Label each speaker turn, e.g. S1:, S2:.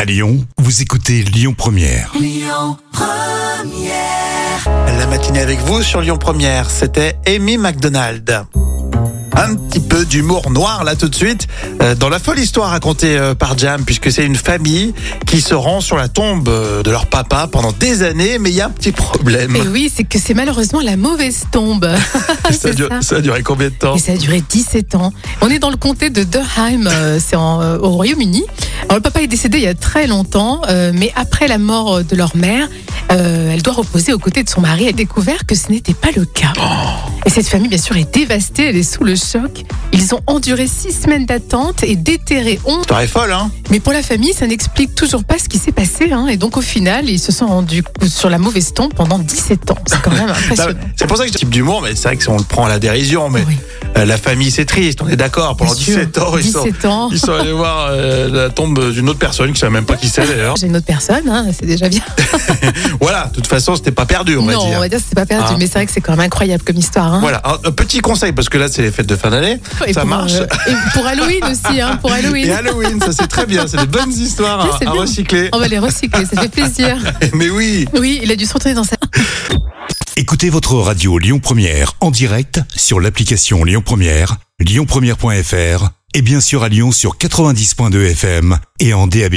S1: À Lyon, vous écoutez Lyon Première.
S2: La matinée avec vous sur Lyon Première, c'était Amy McDonald. Un petit peu d'humour noir là tout de suite euh, dans la folle histoire racontée euh, par Jam puisque c'est une famille qui se rend sur la tombe euh, de leur papa pendant des années mais il y a un petit problème.
S3: Et oui, c'est que c'est malheureusement la mauvaise tombe.
S2: ça, a
S3: c'est
S2: duré,
S3: ça. Euh,
S2: ça a duré combien de temps
S3: Et ça a duré 17 ans. On est dans le comté de Durham, euh, c'est en, euh, au Royaume-Uni. Alors le papa est décédé il y a très longtemps, euh, mais après la mort de leur mère, euh, elle doit reposer aux côtés de son mari. Elle a découvert que ce n'était pas le cas.
S2: Oh.
S3: Et cette famille, bien sûr, est dévastée, elle est sous le choc. Ils ont enduré six semaines d'attente et déterré 11
S2: L'histoire est folle hein
S3: Mais pour la famille, ça n'explique toujours pas ce qui s'est passé. hein. Et donc, au final, ils se sont rendus sur la mauvaise tombe pendant 17 ans. C'est quand même
S2: Ça-
S3: impressionnant.
S2: C'est pour ça que je dis type d'humour mais c'est vrai que si on le prend à la dérision mais
S3: Oui,
S2: euh, la famille c'est triste, on est d'accord pendant
S3: bien sûr.
S2: 17 ans ils sont
S3: 17 ans.
S2: ils sont allés voir euh, la tombe d'une autre personne qui ne savait même pas qui c'est d'ailleurs.
S3: J'ai une autre personne, hein, c'est déjà bien.
S2: Voilà, de toute façon, c'était pas perdu, on va
S3: non,
S2: dire.
S3: on va dire que c'est pas perdu,
S2: Hein.
S3: mais c'est vrai que c'est quand même incroyable comme histoire. hein.
S2: Voilà, un, un petit conseil, parce que là, c'est les fêtes de fin d'année.
S3: Et
S2: ça
S3: pour,
S2: marche.
S3: euh, et pour Halloween aussi, hein, pour Halloween.
S2: Et Halloween, ça c'est très bien, c'est des bonnes histoires
S3: Oui,
S2: à-
S3: c'est
S2: à,
S3: bien.
S2: recycler.
S3: On va les recycler, ça fait plaisir.
S2: Mais oui,
S3: Oui, il a dû se retourner dans sa
S1: Écoutez votre radio Lyon Première en direct sur l'application Lyon Première, lyonpremière.fr et bien sûr à Lyon sur 90.2 FM et en DAB+.